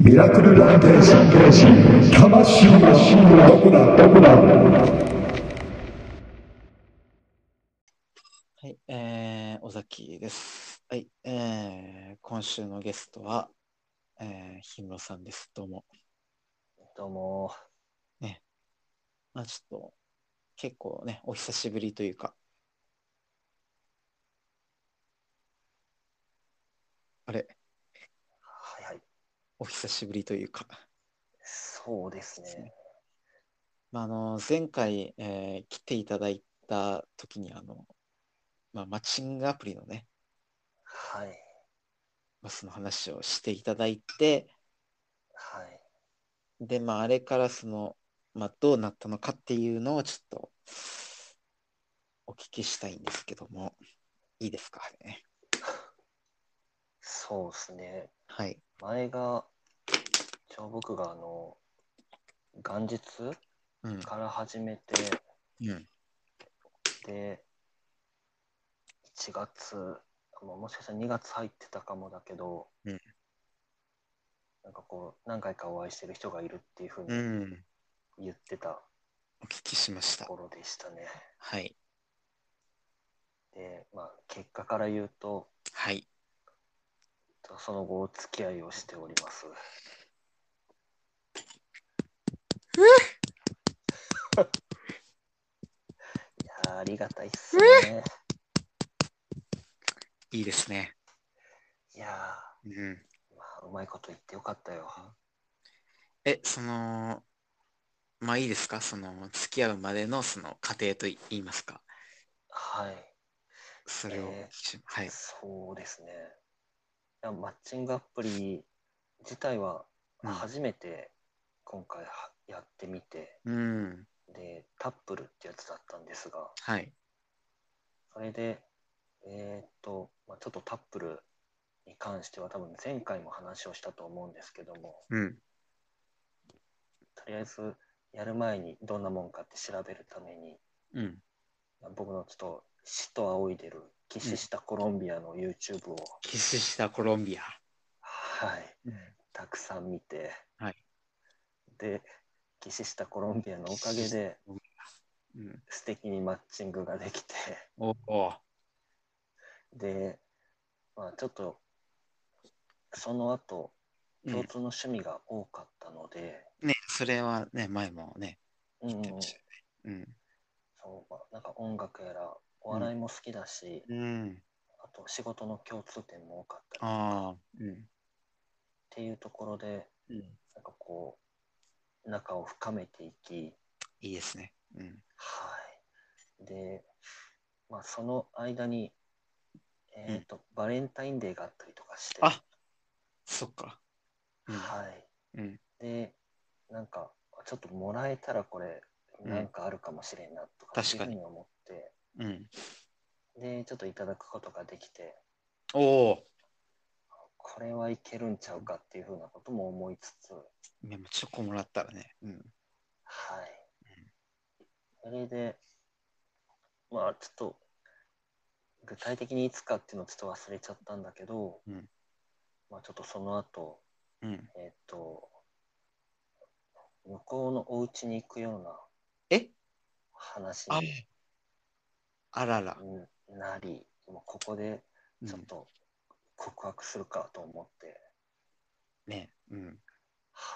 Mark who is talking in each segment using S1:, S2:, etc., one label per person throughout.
S1: ミラクルランテーション魂のどこだどこだ
S2: はい、えー、尾崎です。はい、えー、今週のゲストは、えー、氷室さんです。どうも。
S3: どうも。
S2: まあちょっと、結構ね、お久しぶりというか。あれ、
S3: はいはい。
S2: お久しぶりというか。
S3: そうです
S2: ですね
S3: ね。
S2: まあ、あの前回、えー来ていただいた時にあの、まあ、マッチングアプリのね、
S3: はい。
S2: まあ、その話をしていただいて
S3: はい。
S2: で、まあ、あれからその、まあ、どうなったのかっていうのをちょっとお聞きしたいんですけどもいいですかね
S3: そうですね。
S2: はい
S3: 前が、ちょ、僕があの、元日
S2: うん
S3: から始めて、
S2: うん
S3: で、1月、もうもしかしたら2月入ってたかもだけど、
S2: うん
S3: なんかこう、何回かお会いしてる人がいるっていうふ
S2: う
S3: うに
S2: ん
S3: 言ってた
S2: お聞きしまし
S3: と
S2: た
S3: ころでしたね。
S2: はい
S3: で、まあ、結果から言うと、
S2: はい
S3: その後、お付き合いをしております。 いやーありがたいっすね。
S2: いいですね
S3: いやー
S2: うん
S3: まあ、うまいこと言ってよかったよ。
S2: えそのまあいいですかその付き合うまでのその過程とい言いますか
S3: はい、
S2: それをお聞きし、はい
S3: そうですね。いやマッチングアプリ自体は
S2: うん
S3: 初めて今回はやってみて、
S2: うん。
S3: で、タップルってやつだったんですが、
S2: はい。
S3: それで、えーっと、まあ、ちょっとタップルに関しては多分前回も話をしたと思うんですけども、
S2: うん。
S3: とりあえずやる前にどんなもんかって調べるために、
S2: うん。
S3: まあ僕のちょっと死と仰いでる岸下コロンビアの YouTube を、
S2: キスしたコロンビア。
S3: はい、たくさん見て、
S2: はい
S3: で、岸下コロンビアのおかげで
S2: うん。
S3: 素敵にマッチングができて、
S2: おお。
S3: で、まあ、ちょっとその
S2: う
S3: 後、
S2: ん
S3: 共通の趣味が多かったので、
S2: ね、それはね、前もね、
S3: うん
S2: 言
S3: う
S2: って
S3: んうん
S2: ましたよね。
S3: そうまあなんか音楽やらお笑いも好きだし、
S2: うん。うん。
S3: あと仕事の共通点も多かったりっ
S2: ああ。うん。
S3: ていうところで
S2: うん。
S3: なんかこう仲を深めていき
S2: いいですね。うん。
S3: はいで、まあ、その間に、えーとバレンタインデーがあったりとかして、
S2: あそっか。うん。
S3: はい
S2: うん。
S3: でなんかちょっともらえたらこれ
S2: うん
S3: なんかあるかもしれんなとかって
S2: 確
S3: い
S2: か
S3: うふう
S2: に
S3: に思って、
S2: うん。
S3: でちょっといただくことができて
S2: おお。
S3: これはいけるんちゃうかっていうふうなことも思いつつはい
S2: でもチョコもらったらね。うん。
S3: それでまあちょっと具体的にいつかっていうのをちょっと忘れちゃったんだけど、
S2: うん
S3: まあちょっとその後
S2: うん。
S3: えっ、と向こうのお家に行くような
S2: え
S3: 話
S2: あ
S3: に
S2: あらら。
S3: なりもうここで
S2: うん
S3: ちょっと告白するかと思って、
S2: ね。うん。
S3: は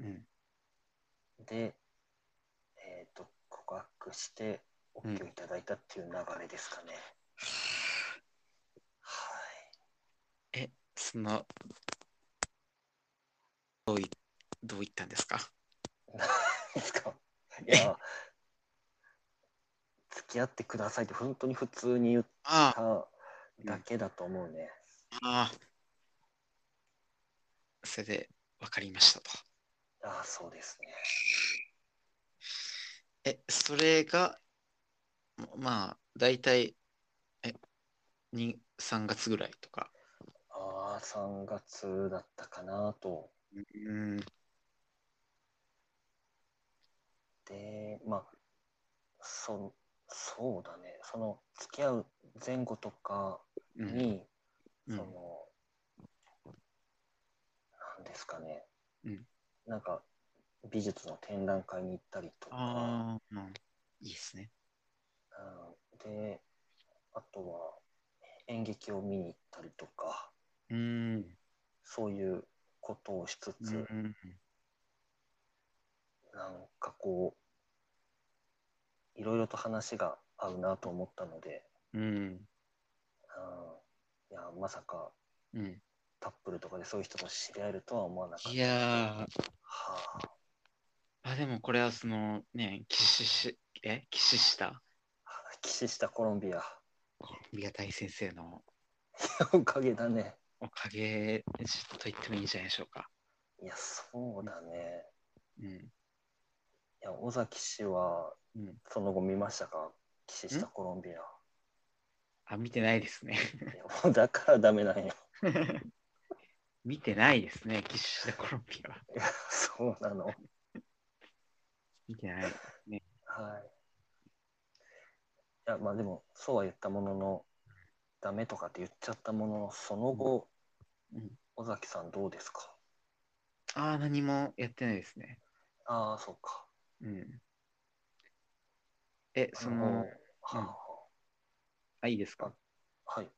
S3: い
S2: うん。
S3: で、えっと告白して
S2: うん
S3: OK をいただいたっていう流れですかね、は
S2: え、その、どうい、どういったんですか
S3: いですか いや付き合ってくださいって本当に普通に言っ
S2: ああ。
S3: ただけだと思うね、
S2: ああ。それで、わかりましたと。
S3: ああそうですね
S2: え、それが、まあ、大体、え、2、3月ぐらいとか。
S3: ああ3月だったかなと
S2: うん、
S3: でまあそそうだねその付き合う前後とか
S2: うん、
S3: に、
S2: う
S3: その
S2: ん、
S3: なんでですかね、
S2: うん
S3: なんか美術の展覧会に行ったりとか、
S2: ああ、うんいいですね。
S3: うんであとは演劇を見に行ったりとか
S2: うん。
S3: そういうことをしつつ、
S2: うん
S3: なんかこういろいろと話が合うなと思ったので、
S2: うん。
S3: うん、いやまさか
S2: うん。
S3: タップルとかでそういう人と知り合えるとは思わなかった。
S2: いやー、
S3: はあ
S2: あ、でもこれはその、ね、岸し、え岸下
S3: 騎士したコロンビア。
S2: コロンビア大先生の
S3: おかげだね。
S2: おかげと言ってもいいんじゃないでしょうか。
S3: いや、そうだね。
S2: うん。
S3: いや、尾崎氏は、
S2: うん。
S3: その後見ましたか騎士したコロンビア。
S2: あ、見てないですね。
S3: いや、もうだからダメなんよ。
S2: 見てないですね、岸下コロンビアは。
S3: いやそうなの。はい。
S2: 見てない。
S3: いや、まあでも、そうは言ったものの、ダメとかって言っちゃったものの、その後、
S2: うん
S3: 尾崎さんどうですか
S2: ああ、何もやってないですね。
S3: ああ、そうか。
S2: うん。え、そ
S3: あの
S2: の、
S3: はあ
S2: うんあ、いいですか
S3: はあ、はい。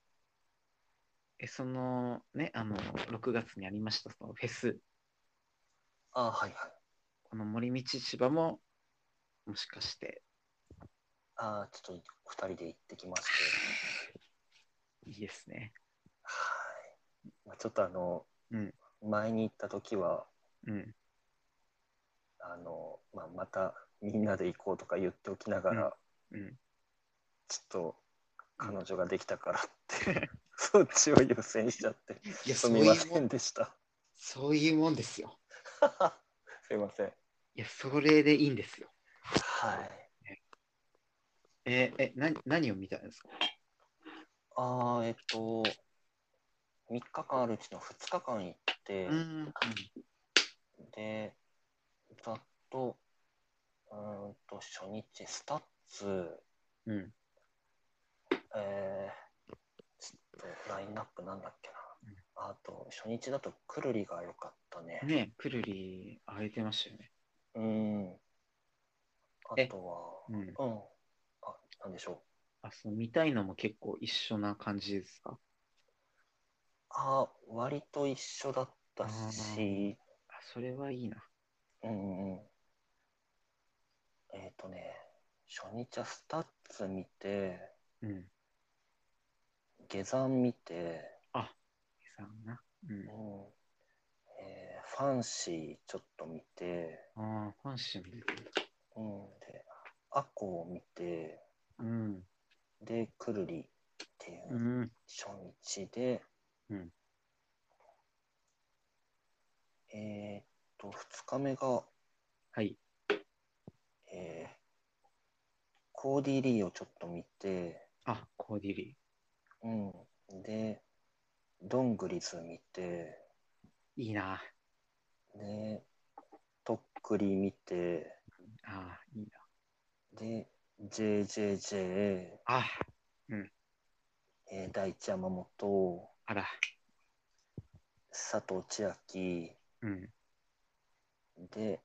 S2: え、その、ね、あの、6月にありました、そのフェス。
S3: ああ、はいはい。
S2: この森道千葉も、もしかして、
S3: ああ、ちょっと二人で行ってきまして。
S2: いいですね。
S3: はい。まあ、ちょっとあの、
S2: うん
S3: 前に行った時は、
S2: うん。
S3: あの、まあ、またみんなで行こうとか言っておきながら、
S2: うん。
S3: ちょっと彼女ができたからって、 そっちを優先しちゃって、
S2: いや、
S3: す
S2: そう
S3: みま
S2: いうも
S3: せ
S2: ん、
S3: んでした。
S2: そういうもんですよ。
S3: すいません。
S2: いや、それでいいんですよ。
S3: はい。
S2: えーえ、な、何を見たんですか
S3: ああ、えっと、3日間あるうちの2日間行って、
S2: うん。
S3: で、ざっと、うーんと、初日、スタッツ、
S2: うん。
S3: えーちょっとラインナップなんだっけな。あと、初日だとくるりが良かったね。
S2: ねくるり、あげてましたよね。
S3: うん。あ
S2: え
S3: とは、
S2: うん。
S3: うん。あ、なんでしょう。
S2: あ、そう、見たいのも結構一緒な感じですか
S3: あ、割と一緒だったし、
S2: あ、それはいいな。
S3: うんうんうん。えっ、とね、初日はスタッツ見て、
S2: うん。
S3: 下山見て、
S2: さんな。うん
S3: うん。えーファンシーちょっと見て、
S2: ああ、ファンシーも出てる。
S3: うん、でアコを見て
S2: うん。。
S3: でくるりっていううん初日で、
S2: うん
S3: えーっと2日目が、
S2: はい。
S3: えーコーディ・リーをちょっと見て、
S2: あ、コーディリ
S3: うん、でドングリズ見て
S2: ー。いいな。
S3: でとっくり見て
S2: ああ、いいな。
S3: で JJJ、
S2: あ、
S3: えー、大地山本
S2: あら。
S3: 佐藤千秋
S2: うん。
S3: で、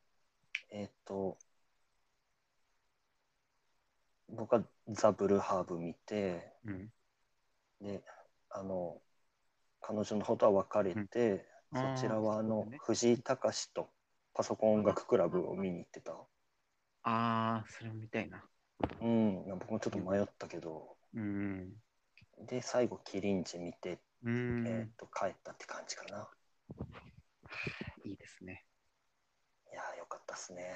S3: えっ、と、僕はザ・ブルーハーブ見て、
S2: うん。
S3: で、あの、彼女の方とは別れて、
S2: うん
S3: そちら
S2: あ
S3: は
S2: ーそ
S3: あ
S2: う
S3: の、
S2: だね
S3: 藤井隆とパソコン音楽クラブを見に行ってた。
S2: ああ、それも見たいな。
S3: うん、僕もちょっと迷ったけど、
S2: うん。
S3: で、最後、キリンジ見て、
S2: う
S3: え
S2: ん
S3: っ。と、帰ったって感じかな。
S2: いいですね。
S3: いやー、よかったっすね。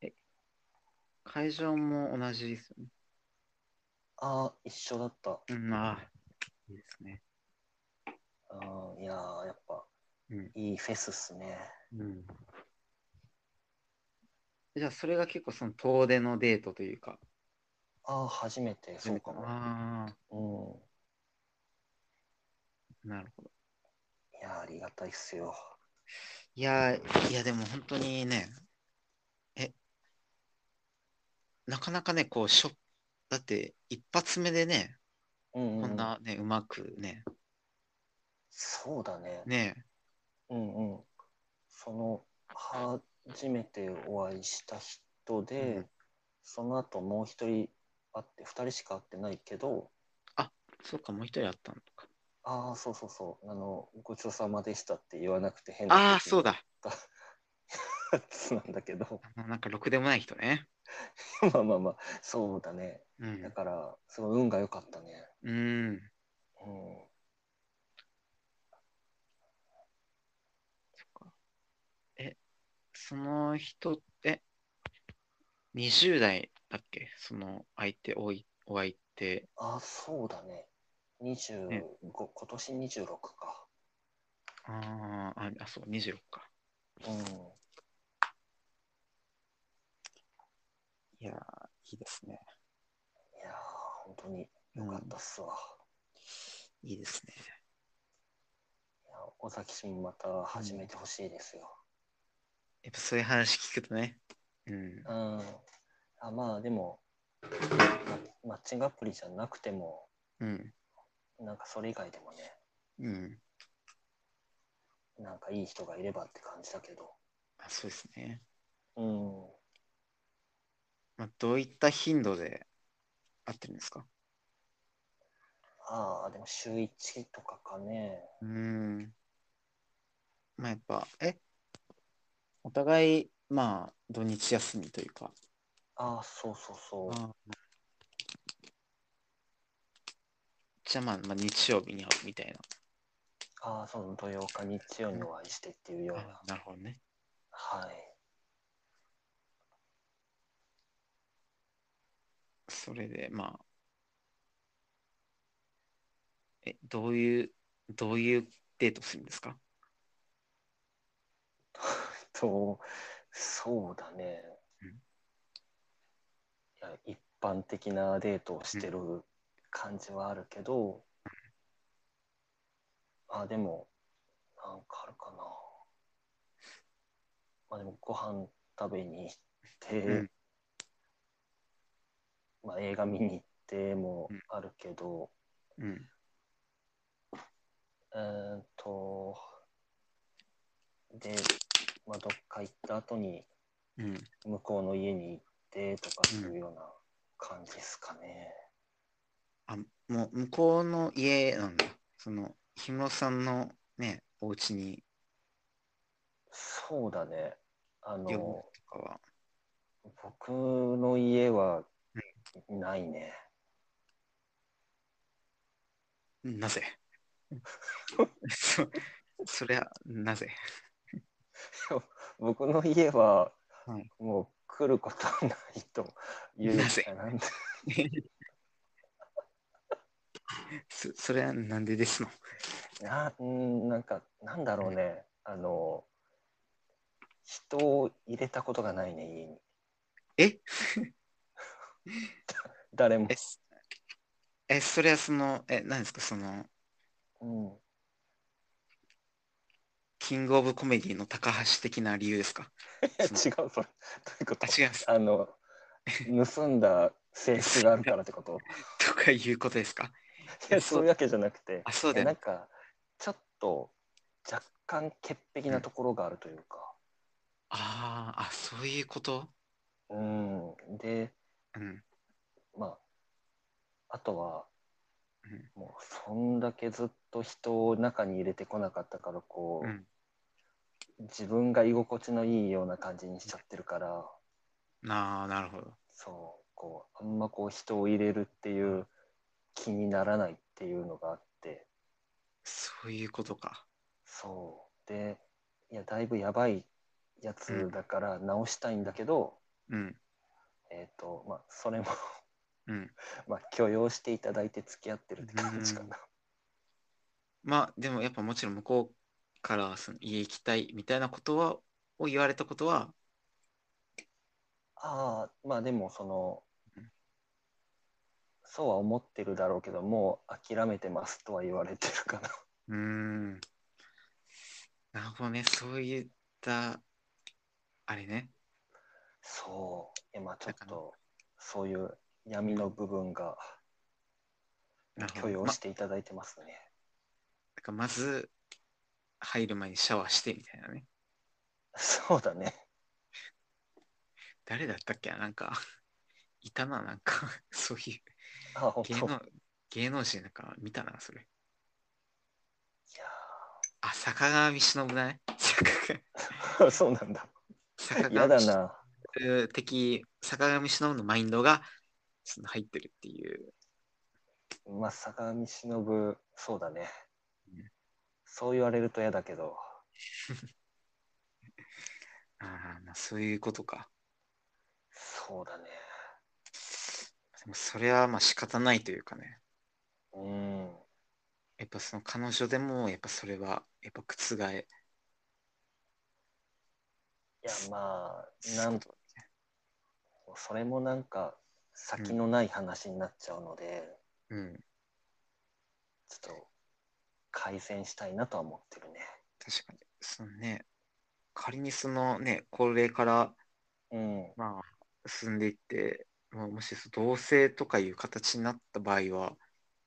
S2: え、会場も同じですよね。
S3: ああ、一緒だった。
S2: うん、ああ、いいですね。
S3: うん、いやー、やっぱ、
S2: うん
S3: いいフェスっすね。
S2: うん。じゃあ、それが結構その遠出のデートというか。
S3: ああ、初めて、そうかも。
S2: ああ、
S3: うん。
S2: なるほど。
S3: いや、ありがたいっすよ。
S2: いやー、いや、でも本当にね、え、なかなかね、こう、しょ、だって、一発目でね、
S3: うん、うん。
S2: こんなね、うまくね、
S3: そうだね。
S2: ね
S3: うんうん。その、初めてお会いした人で、
S2: うん
S3: その後もう一人会って、二人しか会ってないけど、
S2: そうか、もう一人あったのか。
S3: ああ、そうそうそう。あの、ごちそうさまでしたって言わなくて変な
S2: ああ、
S3: 時
S2: そうだ。
S3: やつ なんだけど、
S2: あのなんか、ろくでもない人ね。
S3: まあまあまあ、そうだね。
S2: うん
S3: だ。から、すごい運が良かったね。
S2: うん。
S3: うん。
S2: そっかえ、その人って、20代だっけその相手、おいお相手。
S3: ああ、そうだね。25、
S2: ね
S3: 今年26か。
S2: あーあ、あ、そう、26か。
S3: うん。
S2: いやー、いいですね。
S3: いやー、本当に良かったっすわ。
S2: いいですね。
S3: いや尾崎氏もまた始めてほしいですよ。
S2: やっぱそういう話聞くとね。うん。
S3: うん。あまあ、でも、ママッチングアプリじゃなくても、
S2: うん。
S3: なんかそれ以外でもね、
S2: うん。
S3: なんかいい人がいればって感じだけど。
S2: あそうですね。
S3: うん。
S2: まあ、どういった頻度で会ってるんですか
S3: ああ、でも週1とかかね。
S2: うーん。まあやっぱ、えお互い、まあ、土日休みというか。
S3: ああ、そうそうそう。
S2: じゃあまあ、まあ、日曜日に会うみたい
S3: ああ、その土曜か日曜にお会いしてっていうよう
S2: な。
S3: な。
S2: なるほどね。
S3: はい。
S2: それで、まあ。え、どういう、どういうデートするんですか
S3: と、そうだね
S2: うん。
S3: いや一般的なデートをしてる感じはあるけど、あ、でも、なんかあるかな。まあでも、ご飯食べに行って、
S2: うん
S3: まあ映画見に行ってもあるけど、
S2: うん。
S3: うーんと、で、まあ、どっか行った後に、
S2: うん。
S3: 向こうの家に行ってとかいうような感じですかね。
S2: あ、もう向こうの家なんだ。その、氷室さんのね、お家に
S3: そうだね。あ
S2: 呼ぶ
S3: の、
S2: とかは。
S3: 僕の家はないね。
S2: な ぜそそりゃ、なぜ
S3: 僕の家は
S2: はい
S3: もう来ることはないという
S2: なぜ
S3: かなんて
S2: そそれはなんでですの
S3: なうんなんかなんだろうね。あの、人を入れたことがないね、家に。
S2: え
S3: 誰も
S2: え。すえ、それはその、え、何ですか、その、
S3: うん
S2: キングオブコメディの高橋的な理由ですか
S3: いや違う、それ。どういうこと
S2: あ、違います。
S3: あの、盗んだ性質があるからってこと
S2: とかいうことですか
S3: いや、そういうわけじゃなくて、
S2: あ、そうだ
S3: いや
S2: よね
S3: なんか、ちょっと若干潔癖なところがあるというか、
S2: あーあ、そういうこと
S3: うん、で、
S2: うん。
S3: まあ、あとは
S2: うん、
S3: もう、そんだけずっと人を中に入れてこなかったから、こう、
S2: うん。
S3: 自分が居心地のいいような感じにしちゃってるから、
S2: なあ、なるほど。
S3: そう、こう、あんまこう、人を入れるっていう気にならないっていうのがあって、
S2: そういうことか。
S3: そうでいやだいぶやばいやつだから直したいんだけど、
S2: うん。
S3: えっ、とまあそれも
S2: うん。
S3: まあ許容していただいて付き合ってるって感じかな、
S2: まあ、でもやっぱもちろん向こうからその家行きたいみたいなことは、を言われたことは、
S3: ああまあでもその
S2: うん
S3: そうは思ってるだろうけどもう諦めてますとは言われてるかな
S2: うーん。なるほどね。そういった、あれね。
S3: そういやまあちょっ
S2: だから
S3: とそういう闇の部分が
S2: なるほど。
S3: 許容
S2: ま
S3: していただいてますね、
S2: だからまず、入る前にシャワーしてみたいなね。
S3: そうだね。
S2: 誰だったっけななんか、 いたな、なんか、 そういう
S3: あ、本当。い
S2: 芸
S3: やー
S2: 能、芸能人なんか見たな、それ。あ、坂上忍ない坂上
S3: そうなんだ。
S2: 坂
S3: 嫌だ
S2: 上忍
S3: な。
S2: 的、坂上忍のマインドがその入ってるっていう。
S3: まあ、坂上忍、そうだね
S2: うん。
S3: そう言われると嫌だけど、
S2: ああ、まあそういうことか。
S3: そうだね。
S2: でもそれはまあ仕方ないというかね。
S3: うん。
S2: やっぱその彼女でも、やっぱそれは、やっぱ覆
S3: いや、まあ、
S2: す
S3: なん
S2: こと
S3: それもなんか、先のない話になっちゃうので、
S2: うん、
S3: ちょっと、改善したいなとは思ってるね。
S2: 確かに。そのね、仮にそのね、これから、
S3: うん。
S2: まあ、進んでいって、まあ、もしそう同性とかいう形になった場合は、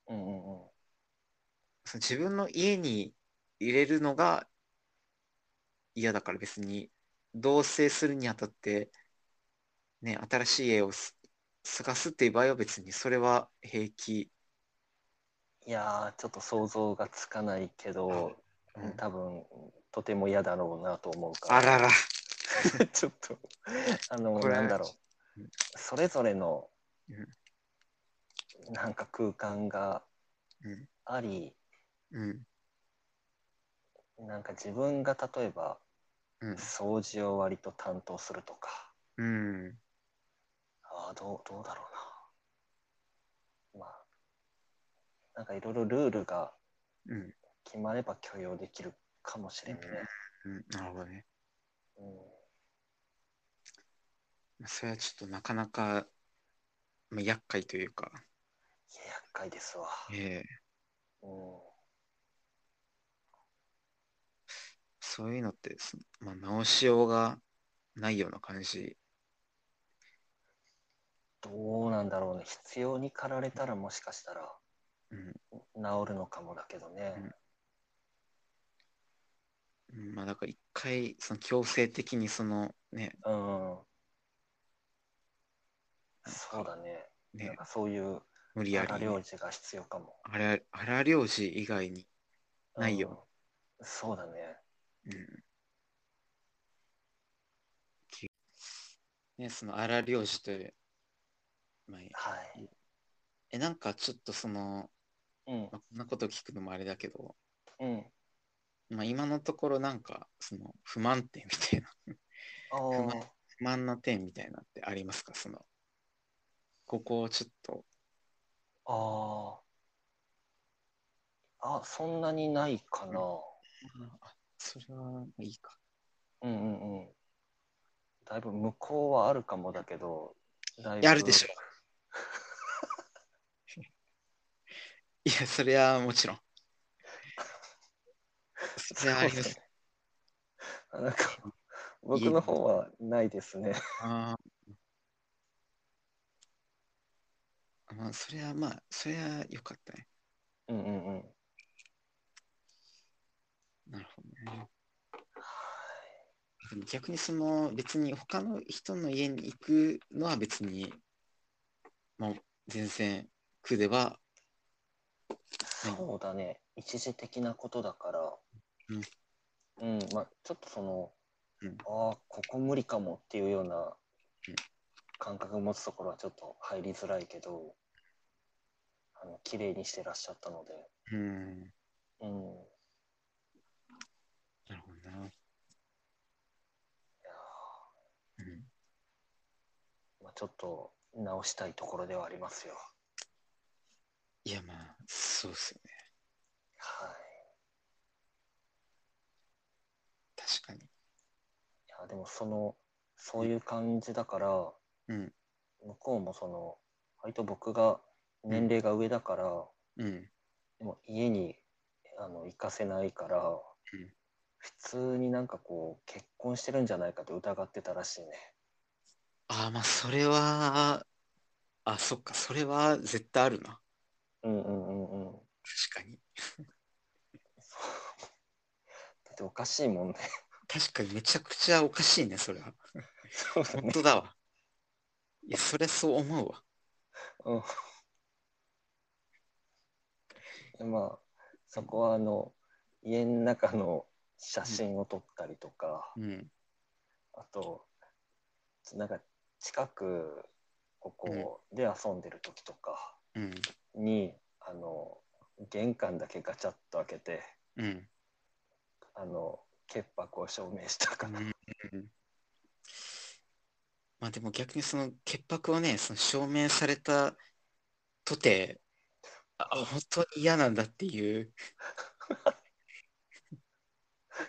S3: うんうんうん。
S2: その自分の家に入れるのが嫌だから別に同棲するにあたって、ね、新しい家をす探すっていう場合は別にそれは平気、
S3: いやー、ちょっと想像がつかないけど、
S2: うん
S3: 多分とても嫌だろうなと思うから
S2: あらら
S3: ちょっとあの
S2: これ
S3: なんだろう
S2: うん
S3: それぞれの
S2: うん
S3: なんか空間が
S2: うん
S3: あり
S2: うん
S3: なんか自分が例えば
S2: うん
S3: 掃除を割と担当するとか
S2: うん
S3: あーどうどうだろうなまあなんかいろいろルールが
S2: うん
S3: 決まれば許容できるかもしれんね。
S2: うんなるほどね
S3: うん
S2: まあそれはちょっとなかなか、まあ、厄介というか、
S3: いや厄介ですわ。
S2: ええ
S3: うん
S2: そういうのってそのまあ、直しようがないような感じ
S3: どうなんだろうね必要に駆られたらもしかしたら
S2: うん
S3: 治るのかもだけどね、
S2: うんまあだから一回その強制的にそのね
S3: うん、
S2: なんか
S3: そうだねなん
S2: ね
S3: かそういう
S2: 無理やり
S3: 荒
S2: ね、
S3: 療治が必要かも
S2: あれ荒療治以外に、ないよ、
S3: うんそうだね
S2: うんきね、その荒療治という、まあ、
S3: はい、
S2: えなんかちょっとその、
S3: うん
S2: まあ、こんなこと聞くのもあれだけど、
S3: うん、
S2: まあ、今のところなんかその不満点みたいな
S3: あー
S2: 不満な点みたいなってありますかそのここをちょっと
S3: あーあそんなにないかな、
S2: あそれはいいか
S3: うん、うんうんだいぶ向こうはあるかもだけどだいぶ
S2: やるでしょいやそれはもちろんそれ はあります
S3: そうだ ねなんか僕の方はないですね。
S2: ああ。まあ、それはまあ、それは良かったね。
S3: うんうんうん。
S2: なるほどね。でも逆にその別に他の人の家に行くのは別に、まあ、全然苦では、
S3: そうだね。一時的なことだから。うん。まあちょっとその、
S2: うん
S3: ああここ無理かもっていうような
S2: うん
S3: 感覚を持つところはちょっと入りづらいけど、あの綺麗にしてらっしゃったので。
S2: うん、な
S3: うん。い
S2: るほどな。
S3: や
S2: うん、
S3: ーまあちょっと直したいところではありますよ。
S2: いや、まあ、そうっすよね。
S3: はい。
S2: 確かに。
S3: いやでもそのそういう感じだから、
S2: うん
S3: 向こうもその割と僕が年齢が上だから、
S2: うん、
S3: でも家にあの行かせないから、
S2: ん
S3: 普通になんかこう結婚してるんじゃないかと疑ってたらしいね。
S2: ああ、まあ、それは、あ、そっか、それは絶対あるな。
S3: うんうんうんうん。
S2: 確かに。
S3: おかしいもん ね。
S2: 確かにめちゃくちゃおかしいね、それは。
S3: そうだ
S2: 本
S3: ね。
S2: 当だわ。いや、それそう思うわ。
S3: うん、まあそこはあの家の中の写真を撮ったりとか、
S2: うん。
S3: あとなんか近くここで遊んでる時とか
S2: うん。
S3: に、あの玄関だけガチャッと開けて
S2: うん。
S3: あの潔白を証明したかな、
S2: うんまあでも逆にその潔白をね、その証明されたとて、あ、本当に嫌なんだっていう、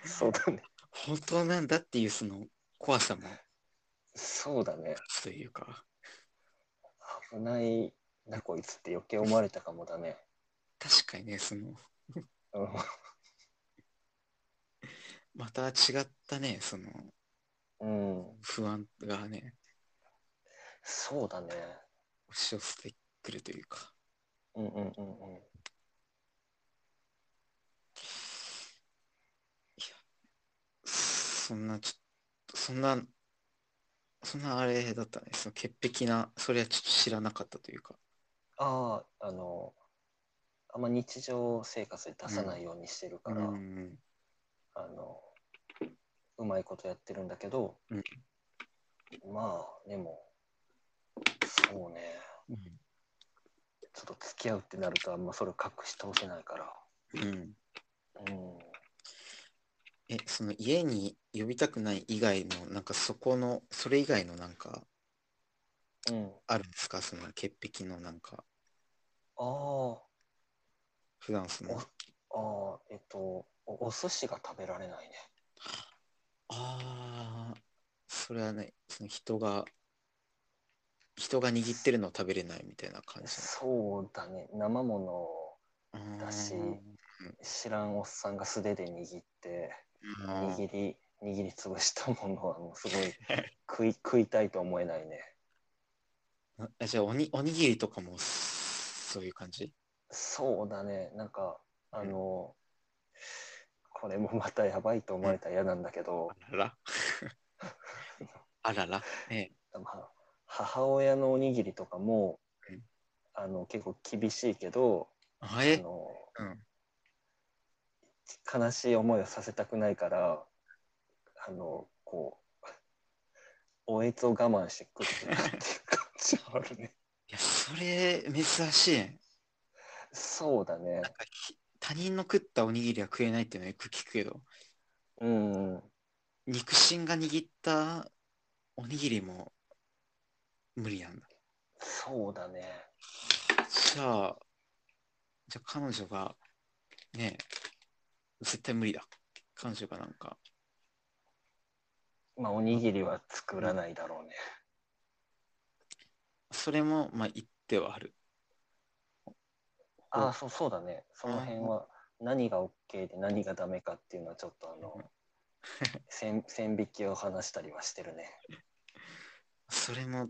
S3: そうだね
S2: 本当なんだっていうその怖さも
S3: そうだね
S2: というか、
S3: 危ないなこいつって余計思われたかもだね、
S2: 確かにね、その、
S3: うん、
S2: また違ったね、その
S3: うん、
S2: 不安がね、
S3: そうだね
S2: 押し寄せてくるというか。
S3: うんうんうんうん
S2: そんな、ちょっと、そんな、そんなあれだったね。その潔癖な、それはちょっと知らなかったというか。
S3: ああ、あの、あんま日常生活に出さないようにしてるか
S2: う
S3: ら、
S2: ん。
S3: あの、うまいことやってるんだけど、
S2: うん
S3: まあ、でも、そうね、
S2: うん。
S3: ちょっと付き合うってなると、あんまそれを隠し通せないから、
S2: うん
S3: うん、
S2: え、その家に呼びたくない以外の、なんかそこの、それ以外のなんか
S3: うん、
S2: あるんですかその潔癖のなんか、
S3: あ
S2: 普段その、
S3: あ、ああ、えっと、おお寿司が食べられないね。
S2: ああ、それはね、その人が、人が握ってるのを食べれないみたいな感じ
S3: そうだね、生ものを
S2: なの。
S3: だし
S2: あー
S3: 知らんおっさんが素手で握って、
S2: あー
S3: 握り握りつぶしたものはもうすごい 食い食いたいと思えないね
S2: なえじゃあおに、おにぎりとかもそういう感じ
S3: そうだねなんかあの、これもまたやばいと思われたら嫌なんだけど、
S2: あららあらら。ね
S3: まあ、母親のおにぎりとかも、
S2: うん
S3: あの結構厳しいけど
S2: は
S3: あ
S2: い。
S3: の、
S2: うん
S3: 悲しい思いをさせたくないからあのこうおえつを我慢して食ってたっていう感じはあるね
S2: いや、それ、珍しいね。
S3: そうだね
S2: なんかひ、他人の食ったおにぎりは食えないっていうのはよく聞くけど、
S3: うん
S2: 肉親が握ったおにぎりも無理なんだ。
S3: そうだね。
S2: じゃあ、じゃあ彼女が、ねえ、絶対無理だ。彼女がなんか、
S3: まあ、おにぎりは作らないだろうね。
S2: それも、まあ、言ってはある。
S3: ああ、そう、そうだね。その辺は、何が OK で何がダメかっていうのは、ちょっとあの、線線引きを話したりはしてるね。
S2: それも、まあ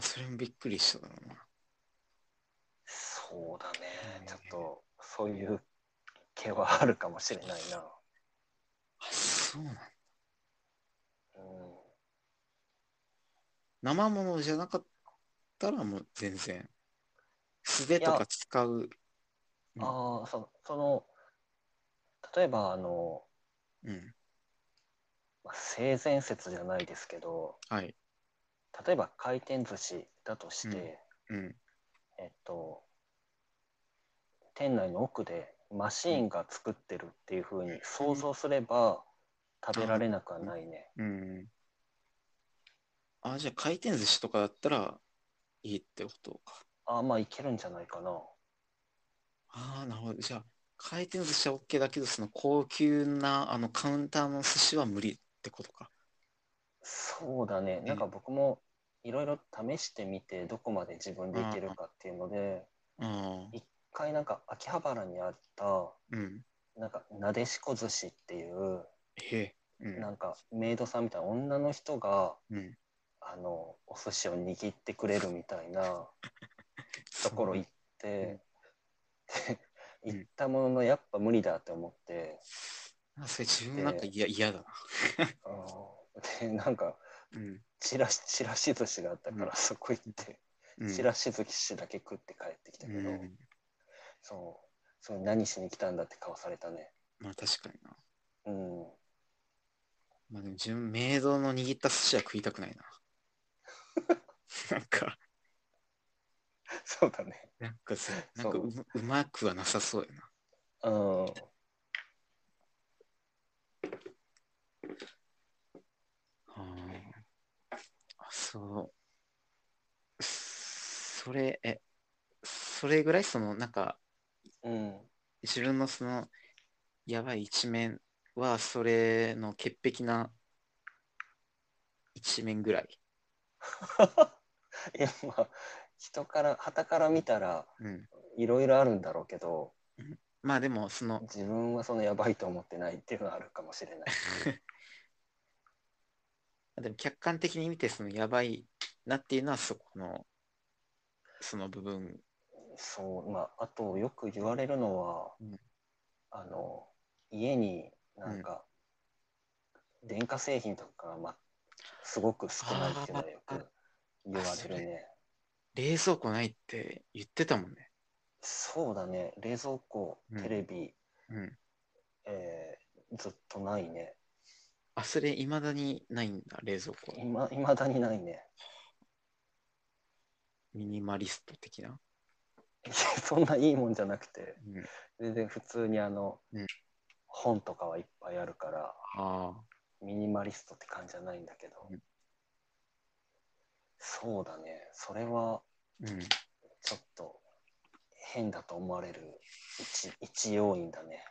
S2: それもびっくりしただろうな。
S3: そうだ
S2: う
S3: ね。
S2: ん
S3: ちょっと、そういう毛はあるかもしれないな。
S2: あ、そうなんだ。
S3: うん、
S2: 生ものじゃなかったらもう全然。素手と
S3: い
S2: か
S3: や
S2: 使う。うん
S3: ああ、そその、例えば、あの、
S2: うん。
S3: まあ性善説じゃないですけど、
S2: はい。
S3: 例えば回転寿司だとして、
S2: うんうん。
S3: えっと、店内の奥でマシーンが作ってるっていうふうに想像すれば食べられなくはないね。
S2: うん。あ、じゃあ回転寿司とかだったらいいってことか。
S3: ああ、まあいけるんじゃないかな。
S2: ああ、なるほど。じゃあ回転寿司は OK だけど、その高級なあのカウンターの寿司は無理ってことか。
S3: そうだね。なんか僕もいろいろ試してみてどこまで自分でいけるかっていうので、
S2: うん。
S3: 一回なんか秋葉原にあった、
S2: うん。
S3: なんかなでしこ寿司っていう、
S2: へえ。うん。
S3: なんかメイドさんみたいな女の人が、
S2: うん。
S3: あの、お寿司を握ってくれるみたいな。ところ行って、で
S2: うん
S3: 行ったもののやっぱ無理だって思って、
S2: なんかそれ自分なんか嫌嫌だな。
S3: でなんか
S2: うん。
S3: ちらしちらし寿司があったから、
S2: うん
S3: そこ行って
S2: うん
S3: ちらし寿司だけ食って帰ってきた
S2: う
S3: けど、
S2: ん。
S3: そうそう何しに来たんだって顔されたね
S2: まあ確かにな。
S3: うん
S2: まあでも自分、明洞の握った寿司は食いたくない な。なんか、
S3: そうだね
S2: なんかさ、な
S3: そ
S2: んか
S3: う
S2: うまうまくはなさそうやな。
S3: うん
S2: あーあ、そう。それ、え、それぐらいその、なんか、
S3: うん
S2: 自分のその、やばい一面は、それの潔癖な一面ぐらい。
S3: いやまあ人から旗から見たら
S2: うん。
S3: いろいろあるんだろうけど
S2: まあでも、その、
S3: 自分はそのやばいと思ってないっていうのはあるかもしれ ない
S2: でも客観的に見てそのやばいなっていうのはそこのその部分
S3: そうまああとよく言われるのは、
S2: うん
S3: あの家になんか、電化製品とかが、ま、すごく少ないっていうのはよく言われるね
S2: 冷蔵庫ないって言ってたもんね。
S3: そうだね冷蔵庫
S2: うん
S3: テレビ、
S2: うん。
S3: えーずっとないね
S2: あ、それ未だにないんだ、冷蔵庫は。
S3: いま未だにないね
S2: ミニマリスト的な。
S3: そんないいもんじゃなくて
S2: うん。
S3: 全然普通にあの、
S2: うん
S3: 本とかはいっぱいあるから
S2: あ
S3: ミニマリストって感じじゃないんだけど、
S2: うん
S3: そうだねそれは
S2: あ。うん。
S3: ちょっと変だと思われる一一要因だね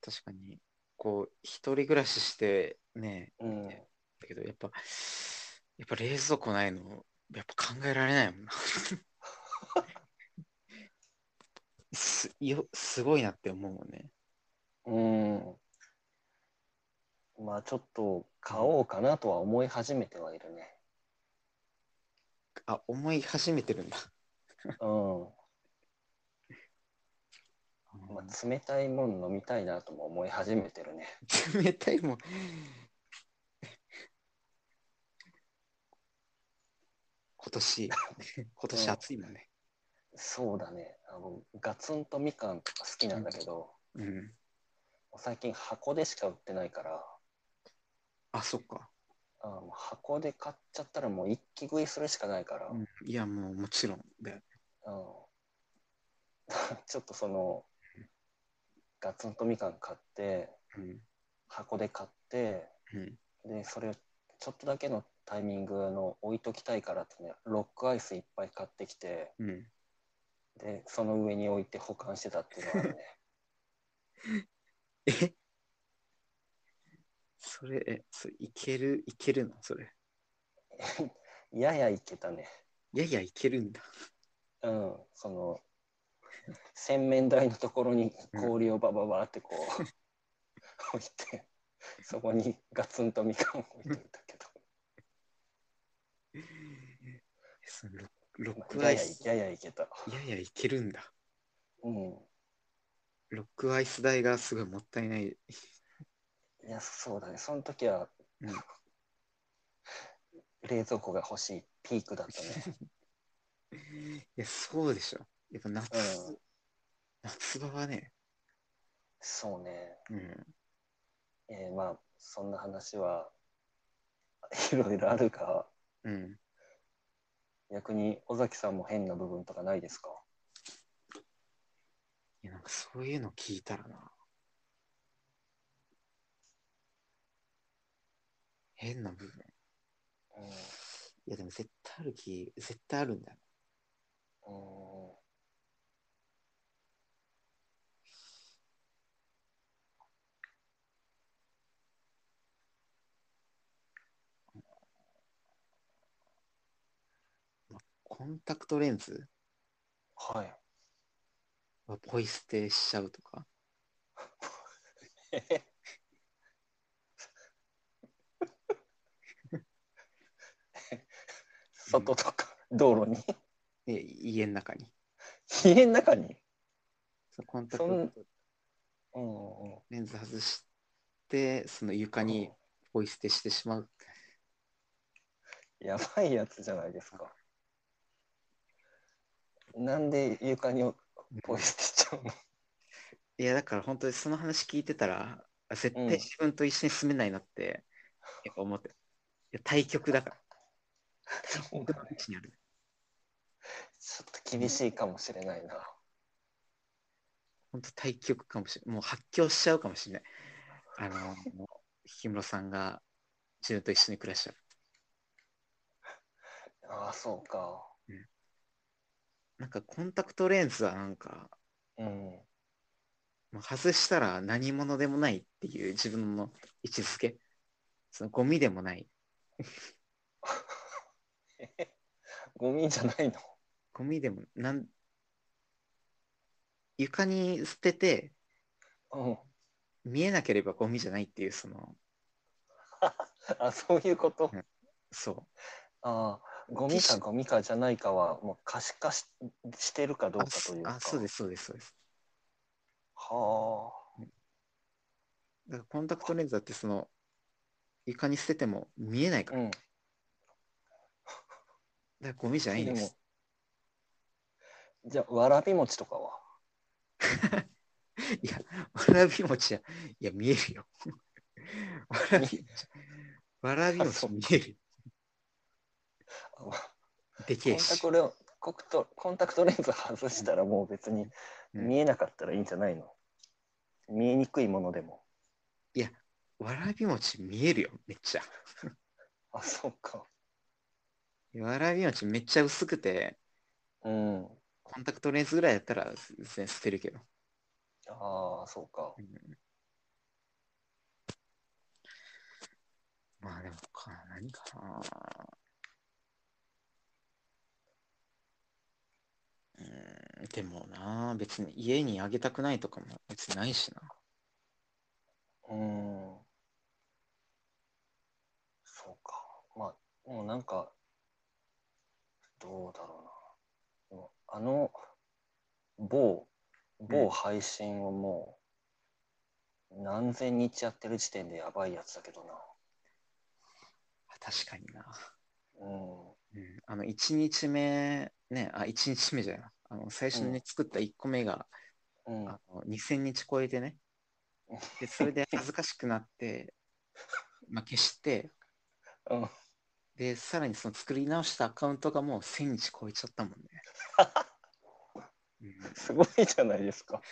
S2: 確かに、こう、一人暮らししてね、
S3: うん
S2: だけど、やっぱ、やっぱ冷蔵庫ないの、やっぱ考えられないもんな。 すよすごいなって思うもんね。
S3: うんまあちょっと買おうかなとは思い始めてはいるね
S2: あ、思い始めてるんだ。
S3: うんまあ、冷たいもん飲みたいなとも思い始めてるね。
S2: 冷たいもん。今 年、今年暑いもんね。
S3: そうだね。あのガツンとみかんとか好きなんだけど、
S2: うん。
S3: 最近箱でしか売ってないから、
S2: あ、そっか。
S3: あもう箱で買っちゃったらもう一気食いするしかないから、
S2: うんいや、もうもちろんだよ。
S3: あの ちょっとその、ガツンとみかん買って、
S2: うん。
S3: 箱で買って、
S2: うん。
S3: で、それをちょっとだけのタイミングの置いときたいからってね、ロックアイスいっぱい買ってきて、
S2: うん。
S3: で、その上に置いて保管してたっていうのはあるね。
S2: えそれ、え、それいける、いけるのそれ。
S3: ややいけたね。
S2: いやいや、いけるんだ。
S3: うん、その洗面台のところに氷をバババってこう、置いてそこにガツンとみかんを置いておいたけ
S2: そのロロッ
S3: ど、
S2: ク
S3: まあ
S2: ア
S3: や
S2: イ
S3: や
S2: ス。
S3: ややいけた。
S2: いやいや、いけるんだ。
S3: うん、
S2: ロックアイス代がすごいもったいない。
S3: いやそうだねその時は、
S2: うん
S3: 冷蔵庫が欲しいピークだったね。
S2: いや、そうでしょ。やっぱ夏、
S3: うん
S2: 夏場はね、
S3: そうね、
S2: うん、
S3: えーまあそんな話はいろいろあるが
S2: うん。
S3: 逆に尾崎さんも変な部分とかないですか
S2: いや、なんかそういうの聞いたらな。変な部分。
S3: う
S2: いや、でも絶対ある気、絶対あるんだよ。
S3: んうん
S2: コンタクトレンズ
S3: はい。
S2: はポイ捨てしちゃうとか。
S3: 外とか道路に
S2: え、家の中に。
S3: 家の中に
S2: そうコンタクト
S3: うんうん
S2: レンズ外しって、その床にポイ捨てしてしまう。
S3: やばいやつじゃないですか。なんで床にポイ捨てちゃうの
S2: いや、だから本当にその話聞いてたら、あ絶対
S3: うん
S2: 自分と一緒に住めないなって、やっぱ思って。いや、対極だから。
S3: そうだね
S2: うちにある
S3: ちょっと厳しいかもしれないな。
S2: 本当対極かもしれない。もう発狂しちゃうかもしれない。あの、氷室さんが自分と一緒に暮らしちゃう。
S3: ああ、そうか。
S2: なんかコンタクトレンズはなんか、
S3: うん。
S2: もう外したら何者でもないっていう自分の位置づけ。そのゴミでもない。
S3: ゴミじゃないの。
S2: ゴミでも、なん、床に捨てて
S3: うん。
S2: 見えなければゴミじゃないっていう、その、
S3: あ、そういうこと。
S2: そ
S3: ああ、ゴミかゴミかじゃないかは、もう可視化ししてるか
S2: う。
S3: どうかという
S2: あ
S3: か。
S2: あ、そうです、そうです、そうです。
S3: は
S2: だからコンタクトレンズだってその、床に捨てても見えないか
S3: あ。
S2: ら、だ
S3: う
S2: か
S3: ん。
S2: らゴミじゃないんです。
S3: じゃあ、わらび餅とかは。
S2: いや、わらび餅や、いや、見えるよ。わらび餅、わらび
S3: あそ
S2: 餅見
S3: う
S2: えるよ。
S3: コン
S2: でけえ
S3: タ
S2: し。
S3: クレンコクトコンタクトレンズ外したらもう別に
S2: うん
S3: 見えなかったらいいんじゃないの、見えにくいものでも。
S2: わらび餅見えるよ、めっちゃ。
S3: あ、そうか。
S2: わらび餅めっちゃ薄くて、
S3: うん。
S2: コンタクトレンズぐらいだったら全然捨てるけど。
S3: ああ、そうか。
S2: まあでもか、何かな。うーん、でもな、別に家にあげたくないとかも別にないしな。
S3: うん。そうか。まあ、もうなんか、どうだろうな。でもあの、某、
S2: うん
S3: 某配信をもう、何千日やってる時点でやばいやつだけどな。
S2: 確かにな。
S3: うん。
S2: うん、あの、1日目、ね、あ、1日目じゃない。あの、最初にね作った1個目が、
S3: うん、
S2: あの2000日超えてね。で、それで恥ずかしくな って、まあ、消して、
S3: うん
S2: で、さらにその作り直したアカウントがもう1000日超えちゃったもん ね。
S3: すごいじゃないですか。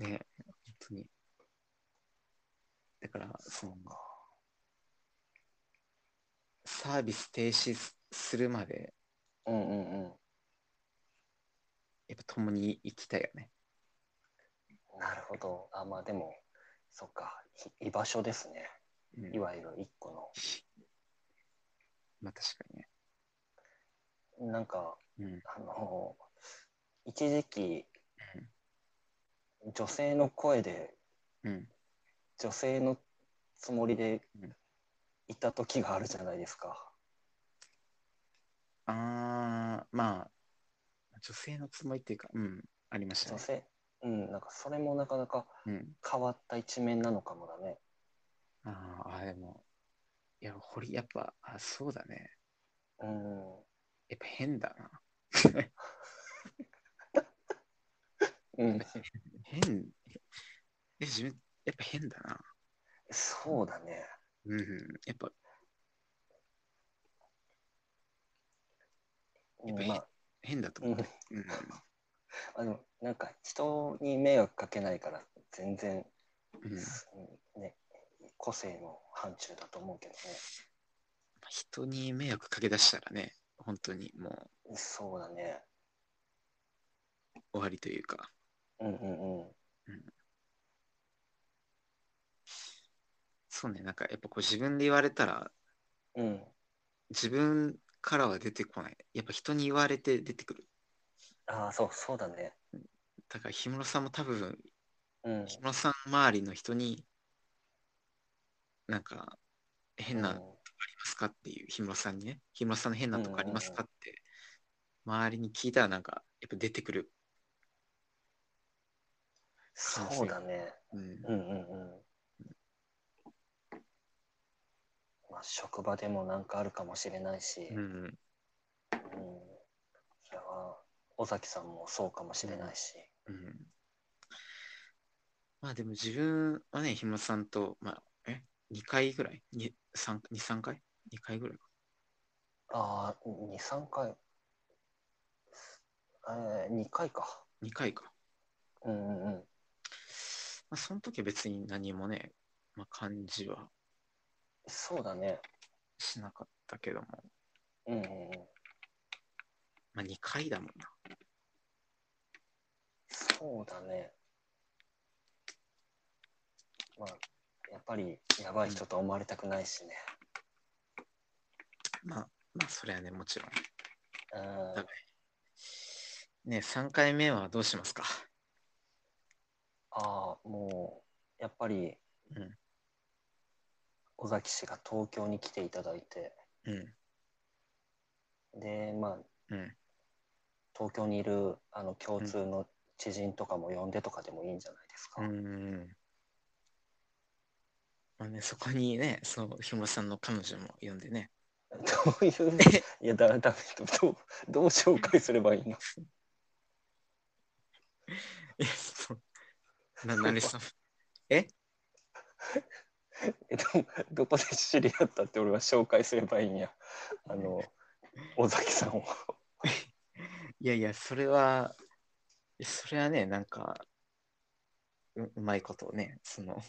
S2: うん、ね、本当に。だから、その、サービス停止すするまで、
S3: うんうんうん。
S2: やっぱ共に生きたいよね。
S3: なるほど。あ、まあでも、そっか。い居場所ですね。
S2: うん
S3: いわゆる一個の。
S2: まあ確かにね。
S3: なんか、
S2: うん、
S3: あの一時期女性の声で
S2: うん、
S3: 女性のつもりで
S2: うん
S3: いた時があるじゃないですか。
S2: ああ、まあ、女性のつもりっていうか、うん、ありました
S3: 女
S2: ね。
S3: 性うん、なんかそれもなかなか
S2: うん、
S3: 変わった一面なのかもだね。
S2: あーあー、でも、いや、堀、やっぱ、あそうだね。
S3: うん、
S2: やっぱ変だな。
S3: うん、
S2: 変。え、自分、やっぱ変だな。
S3: そうだね。
S2: うん、やっぱ、
S3: うん
S2: やっぱり
S3: まあ、
S2: 変だと
S3: う
S2: 思
S3: ん
S2: う。、うん、
S3: あのなんか人に迷惑かけないから全然、
S2: うん。ま
S3: うんね個性の範疇だと思うけどね。
S2: あ人に迷惑かけだしたらね、本当にもう
S3: そうだね。
S2: 終わりというか。
S3: うんうんうん。
S2: そうね、なんかやっぱこう自分で言われたら、
S3: うん、
S2: 自分からは出てこない。やっぱ人に言われて出てくる。
S3: ああ、そう、そうだね。
S2: だから、氷室さんも多分、
S3: うん。
S2: 氷室さん周りの人に、なんか、変な、あ
S3: う
S2: り
S3: ん
S2: ますかっていう、氷室さんにね、氷室さんの変なとこありますかって、周りに聞いたら、なんか、やっぱ出てくるなんです
S3: そう
S2: よ
S3: だね。
S2: うん
S3: うんうんうん。まあ、職場でもなんかあるかもしれないし、
S2: う
S3: うん
S2: ん
S3: それは尾崎さんもそうかもしれないし。
S2: うんまあでも自分はね、ひまさんと、まあ、え ?2 回ぐらい ?2、3、2 3回 ?2 回ぐらいか。
S3: ああ、2、3回。えー、2回か。
S2: 2回か。
S3: うんうんうん。
S2: まあその時は別に何もね、まあ感じは
S3: そうだね。
S2: しなかったけども、
S3: うんうんうん。
S2: まあ2回だもんな。
S3: そうだね。まあ、やっぱりやばい人と思われたくないしね。
S2: まあ、まあそれはね、もちろん。
S3: うん
S2: だ。ね、3回目はどうしますか
S3: ああ、もう、やっぱり
S2: うん、
S3: 尾崎氏が東京に来ていただいて、
S2: うん、
S3: で、まあ、
S2: うん。
S3: 東京にいるあの共通の知人とかも呼んでとかでもいいんじゃないですか。
S2: うーん。まあね、そこにね、そう、ひまさんの彼女も呼んでね。
S3: どういう、いや、だめだめ、どう、どう紹介すればいいの
S2: え、そう。な、なれさん。え
S3: えどどこで知り合ったって俺は紹介すればいいんやあの尾崎さんを
S2: いやいや、それは、それはね、なんか、ううまいことをね、その、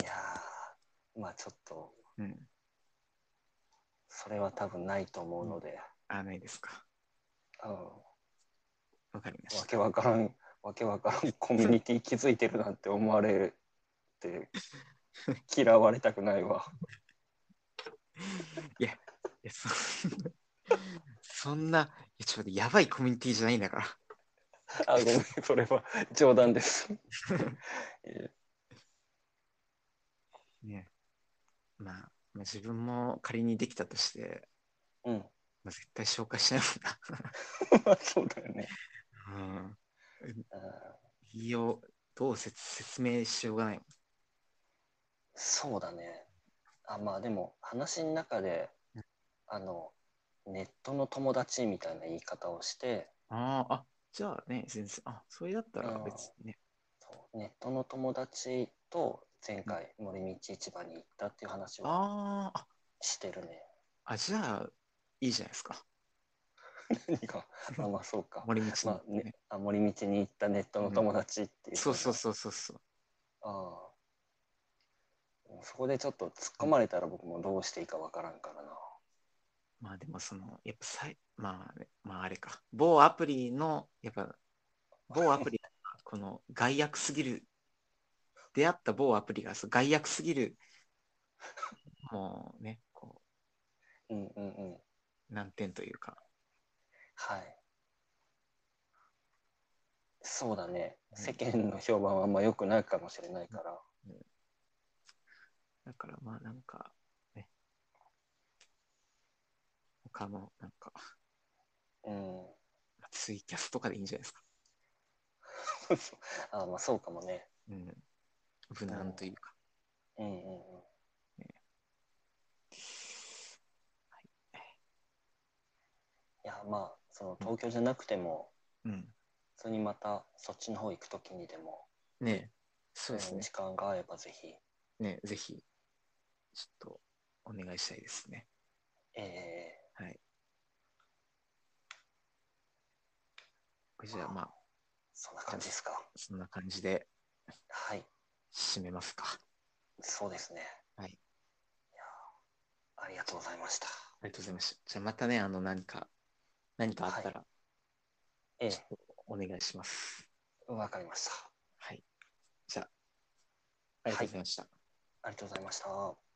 S3: いやーまあちょっと
S2: うん、
S3: それは多分ないと思うので、
S2: あ、ないですか。
S3: うん
S2: わかりま
S3: わ
S2: し
S3: け
S2: た。
S3: わからんわけわからんコミュニティ気づいてるなんて思われて嫌われたくないわ
S2: いやそそんな、いやちょっと待ってやばいコミュニティじゃないんだから。
S3: あごめんそれは冗談です
S2: ね。まあ、まあ、自分も仮にできたとして、
S3: うん
S2: まあ、絶対紹介しないも
S3: まあそうだよね、
S2: んな。うん。
S3: うん、
S2: いいよ、どうせ説明しようがないもん。
S3: そうだね。あまあでも話の中であのネットの友達みたいな言い方をして
S2: あーあ、じゃあね、先生、あ、それだったら別にね。
S3: そうネットの友達と前回森道市場に行ったっていう話を
S2: あーあ、
S3: してるね。
S2: あ、じゃあ、いいじゃないですか。
S3: 何があまあそうか。
S2: 森道
S3: ま
S2: の
S3: あ、ね、あ森道に行ったネットの友達っていう、
S2: そうそうそうそうそう。
S3: ああそこでちょっと突っ込まれたら僕もどうしていいかわからんからな。
S2: まあでもその、やっぱさい、まあね、まああれか。某アプリの、やっぱ、某アプリ、 この害悪すぎる、出会った某アプリがそう害悪すぎる、もうね、こ
S3: うんうんうん。
S2: う、難点というか。
S3: はい。そうだね。
S2: うん
S3: 世間の評判はあんま良くないかもしれないから。
S2: だからまあなんか、ね。他の、なんか、
S3: うん。
S2: ツイキャスとかでいいんじゃないですか。
S3: あまあそうかもね。
S2: うん。無難というか。
S3: うんうんうん。いやまあその東京じゃなくても、
S2: うん。
S3: 普通にまたそっちの方行く時にでも、
S2: ねえそうです
S3: うん
S2: ね。
S3: 時間が合えばぜひ、
S2: ねぜひ、ちょっと、お願いしたいですね。
S3: ええ
S2: じゃあまあ、
S3: そんな感じですか。
S2: そんな感じで
S3: はい、
S2: 締めますか。あ
S3: そうですね。
S2: はい
S3: やありがとうございました。
S2: りがとうございました。じゃあまたね、あの、何か、何かあったら、
S3: え
S2: ちょっとお願いします。
S3: え、わかりました。
S2: はい。じゃあ、ありがとうございました。
S3: ありがとうございました。